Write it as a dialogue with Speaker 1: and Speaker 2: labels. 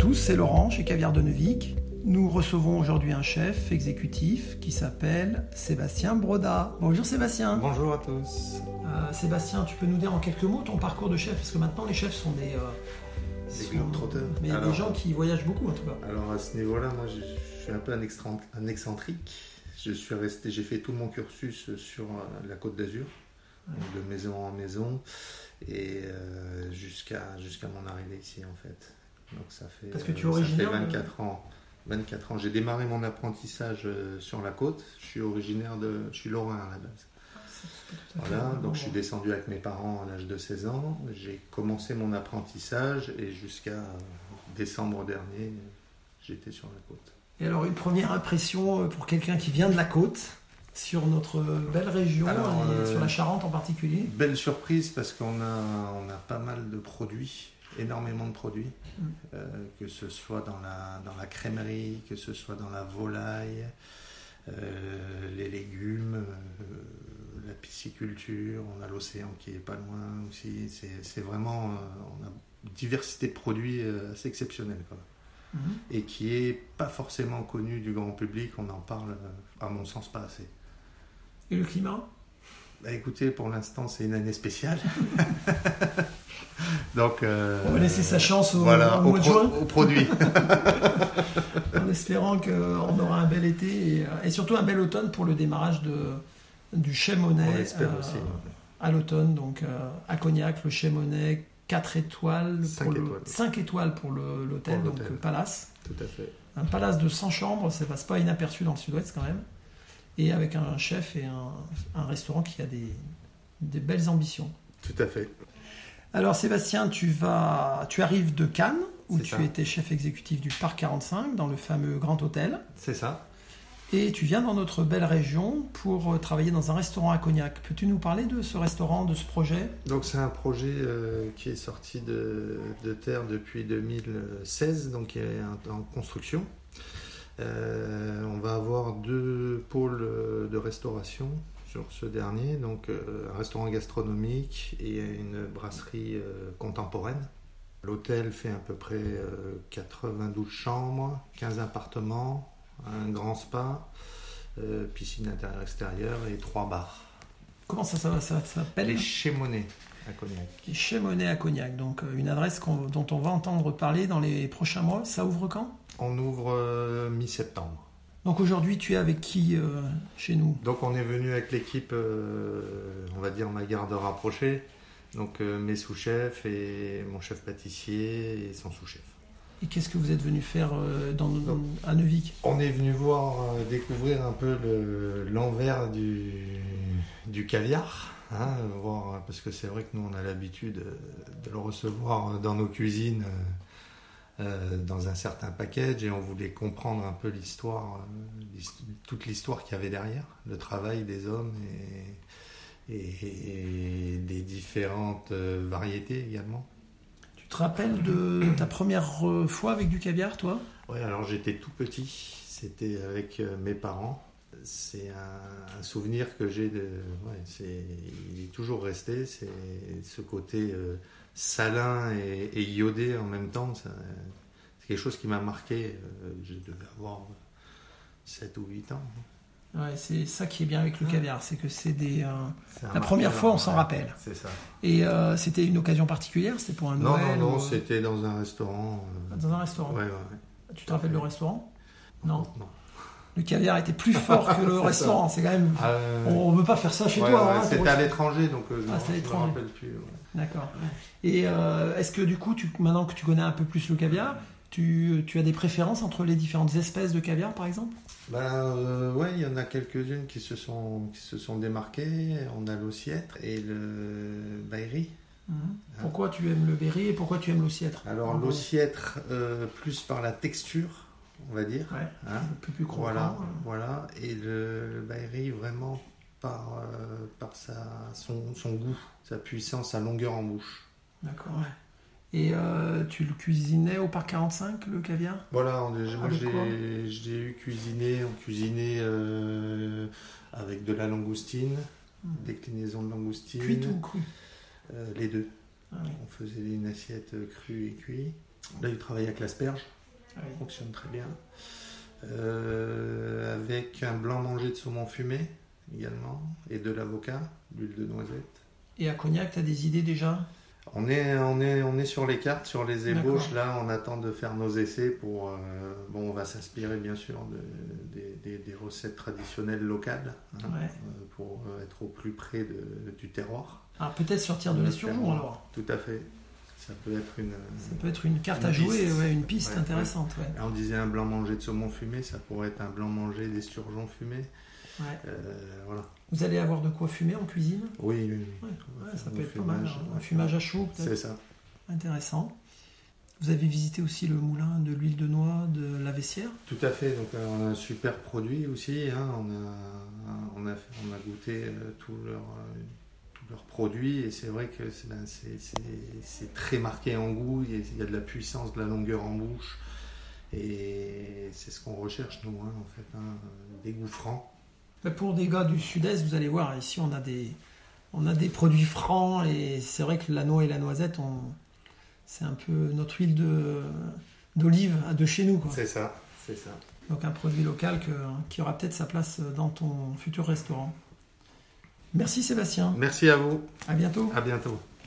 Speaker 1: tous, c'est Laurent chez Caviar de Neuvik. Nous recevons aujourd'hui un chef exécutif qui s'appelle Sébastien Broda. Bonjour Sébastien.
Speaker 2: Bonjour à tous.
Speaker 1: Euh, Sébastien, tu peux nous dire en quelques mots ton parcours de chef Parce que maintenant les chefs sont des. euh,
Speaker 2: Des
Speaker 1: sont-
Speaker 2: globetrotters.
Speaker 1: Mais
Speaker 2: Alors-
Speaker 1: des gens qui voyagent beaucoup en tout cas.
Speaker 2: Alors à ce niveau-là, moi je je suis un peu un, extra- un excentrique. Je suis resté, j'ai fait tout mon cursus sur euh, la Côte d'Azur, donc de maison en maison, et euh, jusqu'à jusqu'à mon arrivée ici en fait. Donc ça fait
Speaker 1: Parce que tu es
Speaker 2: euh, ça fait
Speaker 1: originaire de-
Speaker 2: 24 ans. 24 ans. J'ai démarré mon apprentissage euh, sur la côte. Je suis originaire de, je suis lorrain à la base. Voilà, donc je suis descendu avec mes parents à l'âge de 16 ans. J'ai commencé mon apprentissage et jusqu'à euh, décembre dernier, j'étais sur la côte.
Speaker 1: Et alors, une première impression euh, pour quelqu'un qui vient de la côte sur notre belle région,
Speaker 2: Alors,
Speaker 1: et
Speaker 2: euh,
Speaker 1: sur la Charente en particulier.
Speaker 2: Belle surprise parce qu'on a, on a pas mal de produits, énormément de produits,
Speaker 1: Mm.
Speaker 2: euh, que ce soit dans la, dans la crèmerie, que ce soit dans la volaille, euh, les légumes, euh, la pisciculture, on a l'océan qui est pas loin aussi. C'est c'est vraiment, euh, on a une diversité de produits euh, assez exceptionnelle quand même.
Speaker 1: Mhm.
Speaker 2: et qui est pas forcément connu du grand public, on en parle euh, à mon sens pas assez.
Speaker 1: Et le climat
Speaker 2: Bah écoutez, pour l'instant c'est une année spéciale. Donc euh,
Speaker 1: On va laisser sa chance au,
Speaker 2: voilà,
Speaker 1: au
Speaker 2: au,
Speaker 1: mois de
Speaker 2: pro-
Speaker 1: juin,
Speaker 2: au produit.
Speaker 1: en espérant qu'on aura un bel été et, euh, et surtout un bel automne pour le démarrage de, du chai Monet.
Speaker 2: on espère
Speaker 1: euh,
Speaker 2: aussi.
Speaker 1: à l'automne, donc euh, à Cognac, le Chez Monet, 4 étoiles,
Speaker 2: Cinq
Speaker 1: pour le-
Speaker 2: étoiles.
Speaker 1: cinq étoiles pour le- l'hôtel,
Speaker 2: Pour
Speaker 1: donc
Speaker 2: l'hôtel.
Speaker 1: euh, Palace.
Speaker 2: Tout à fait.
Speaker 1: Un palace de 100 chambres, ça passe pas inaperçu dans le sud-ouest quand même. Et avec un chef et un, un restaurant qui a des, des belles ambitions.
Speaker 2: Tout à fait.
Speaker 1: Alors Sébastien, tu, vas, tu arrives de Cannes, où
Speaker 2: C'est
Speaker 1: tu
Speaker 2: ça.
Speaker 1: étais chef exécutif du Parc 45, dans le fameux Grand Hôtel.
Speaker 2: C'est ça.
Speaker 1: Et tu viens dans notre belle région pour euh, travailler dans un restaurant à Cognac. Peux-tu nous parler de ce restaurant, de ce projet
Speaker 2: Donc c'est un projet euh, qui est sorti de, de terre depuis 2016, donc qui est en- en construction. Euh, on va avoir deux pôles euh, de restauration sur ce dernier, donc euh, un restaurant gastronomique et une brasserie euh, contemporaine. L'hôtel fait à peu près euh, 92 chambres, 15 appartements, un grand spa, euh, piscine intérieure-extérieure et trois bars.
Speaker 1: Comment ça, ça, ça s'appelle
Speaker 2: Les chez Monet à Cognac.
Speaker 1: Qui est Chez Monet à Cognac, donc euh, une adresse qu'on- dont on va entendre parler dans les prochains mois. Ça ouvre quand
Speaker 2: On ouvre euh, mi-septembre.
Speaker 1: Donc aujourd'hui, tu es avec qui euh, chez nous
Speaker 2: Donc on est venu avec l'équipe, euh, on va dire ma garde rapprochée, donc euh, mes sous-chefs et mon chef pâtissier et son sous-chef.
Speaker 1: Et qu'est-ce que vous êtes venu faire euh, dans,
Speaker 2: Non.
Speaker 1: à Neuvik
Speaker 2: On est venu voir, euh, découvrir un peu le- l'envers du, du caviar, hein, voir, parce que c'est vrai que nous on a l'habitude euh, de le recevoir dans nos cuisines euh, euh, dans un certain package et on voulait comprendre un peu l'histoire, euh, l'hist- toute l'histoire qu'il y avait derrière, le travail des hommes et, et- et des différentes euh, variétés également.
Speaker 1: Tu te rappelles de ta première euh, fois avec du caviar, toi
Speaker 2: Ouais, alors j'étais tout petit, c'était avec euh, mes parents. C'est un, un souvenir que j'ai de. Ouais, c'est, il est toujours resté, c'est ce côté euh, salin et, et iodé en même temps. ça, euh, c'est quelque chose qui m'a marqué. euh, je devais avoir 7 ou 8 ans.
Speaker 1: Ouais, c'est ça qui est bien avec le
Speaker 2: Ouais.
Speaker 1: caviar, c'est que c'est des. euh,
Speaker 2: C'est un
Speaker 1: La première
Speaker 2: marqueur,
Speaker 1: fois, on s'en
Speaker 2: ouais,
Speaker 1: rappelle.
Speaker 2: C'est ça.
Speaker 1: Et euh, c'était une occasion particulière, c'était pour un
Speaker 2: Non,
Speaker 1: Noël
Speaker 2: non, non,
Speaker 1: ou, euh,
Speaker 2: c'était dans un restaurant. euh,
Speaker 1: dans un restaurant.
Speaker 2: ouais, ouais, ouais.
Speaker 1: Tu te rappelles le restaurant Non.
Speaker 2: Non.
Speaker 1: Le caviar était plus fort que le restaurant, c'est quand même.
Speaker 2: Euh,
Speaker 1: On ne veut pas faire ça chez
Speaker 2: ouais,
Speaker 1: toi.
Speaker 2: ouais,
Speaker 1: hein,
Speaker 2: c'était
Speaker 1: t'aurais-
Speaker 2: à l'étranger, donc euh, je
Speaker 1: Ah, c'est à
Speaker 2: ne me
Speaker 1: l'étranger.
Speaker 2: rappelle plus. ouais.
Speaker 1: D'accord. Et euh, est-ce que du coup, tu, maintenant que tu connais un peu plus le caviar, tu, tu as des préférences entre les différentes espèces de caviar, par exemple
Speaker 2: Ben euh, ouais, il y en a quelques-unes qui se sont qui se sont démarquées. On a l'ossiètre et le baïri.
Speaker 1: Hein Pourquoi tu aimes le berry et pourquoi tu aimes l'ossiètre
Speaker 2: Alors l'ossiètre euh, plus par la texture, on va dire.
Speaker 1: Ouais,
Speaker 2: hein.
Speaker 1: un peu plus euh, gros.
Speaker 2: Voilà, voilà. Et le, le baïri vraiment par euh, par sa son, son goût, sa puissance, sa longueur en bouche.
Speaker 1: D'accord, ouais. Et euh, tu le cuisinais au parc 45, le caviar
Speaker 2: Voilà, on, est- moi
Speaker 1: Avec
Speaker 2: je
Speaker 1: quoi
Speaker 2: l'ai- je l'ai eu cuisiné, on cuisinait euh, avec de la langoustine,
Speaker 1: Mhm.
Speaker 2: déclinaison de langoustine,
Speaker 1: Cuit ou cru
Speaker 2: euh, les deux.
Speaker 1: Ah oui.
Speaker 2: On faisait une assiette crue et cuite. Là, il travaille avec l'asperge,
Speaker 1: Ah
Speaker 2: ça
Speaker 1: oui.
Speaker 2: fonctionne très bien. Euh, avec un blanc mangé de saumon fumé également, et de l'avocat, l'huile de noisette.
Speaker 1: Et à Cognac, tu as des idées déjà
Speaker 2: On est, on, est, on est sur les cartes, sur les ébauches.
Speaker 1: D'accord.
Speaker 2: Là, on attend de faire nos essais pour. euh, bon, on va s'inspirer bien sûr de- des, des- des recettes traditionnelles locales hein,
Speaker 1: Ouais.
Speaker 2: euh, pour euh, être au plus près de- du terroir.
Speaker 1: Ah, peut-être sortir de la surjoue
Speaker 2: Exactement.
Speaker 1: alors.
Speaker 2: Tout à fait. Ça peut être une.
Speaker 1: Ça peut être une carte
Speaker 2: Une
Speaker 1: à jouer,
Speaker 2: piste.
Speaker 1: ouais, une piste
Speaker 2: Ouais,
Speaker 1: intéressante. Ouais.
Speaker 2: Là, on disait un blanc mangé de saumon fumé, ça pourrait être un blanc mangé d'esturgeon fumé.
Speaker 1: Ouais.
Speaker 2: Euh, voilà.
Speaker 1: Vous allez avoir de quoi fumer en cuisine
Speaker 2: Oui, oui, oui.
Speaker 1: Ouais,
Speaker 2: On va
Speaker 1: ouais,
Speaker 2: faire
Speaker 1: ça
Speaker 2: nos
Speaker 1: peut être pas mal.
Speaker 2: fumages,
Speaker 1: hein. Un
Speaker 2: ouais.
Speaker 1: fumage à chaud, peut-être.
Speaker 2: C'est ça.
Speaker 1: Intéressant. Vous avez visité aussi le moulin de l'huile de noix de la Vessière
Speaker 2: Tout à fait, donc euh, on a un super produit aussi, hein, on, a, on, a, fait- on a goûté euh, tous leurs euh, tous leurs produits et c'est vrai que c'est ben, c'est- c'est- c'est très marqué en goût, il y, a, il y a de la puissance, de la longueur en bouche et c'est ce qu'on recherche nous hein, en fait, hein, euh, des goûts francs.
Speaker 1: Ben, Pour des gars du sud-est, vous allez voir, ici on a des, on a des produits francs et c'est vrai que la noix et la noisette, on, c'est un peu notre huile de, d'olive de chez nous. Quoi.
Speaker 2: C'est ça, c'est ça.
Speaker 1: Donc un produit local que- qui aura peut-être sa place dans ton futur restaurant. Merci Sébastien,
Speaker 2: Merci à vous,
Speaker 1: à bientôt.
Speaker 2: à bientôt.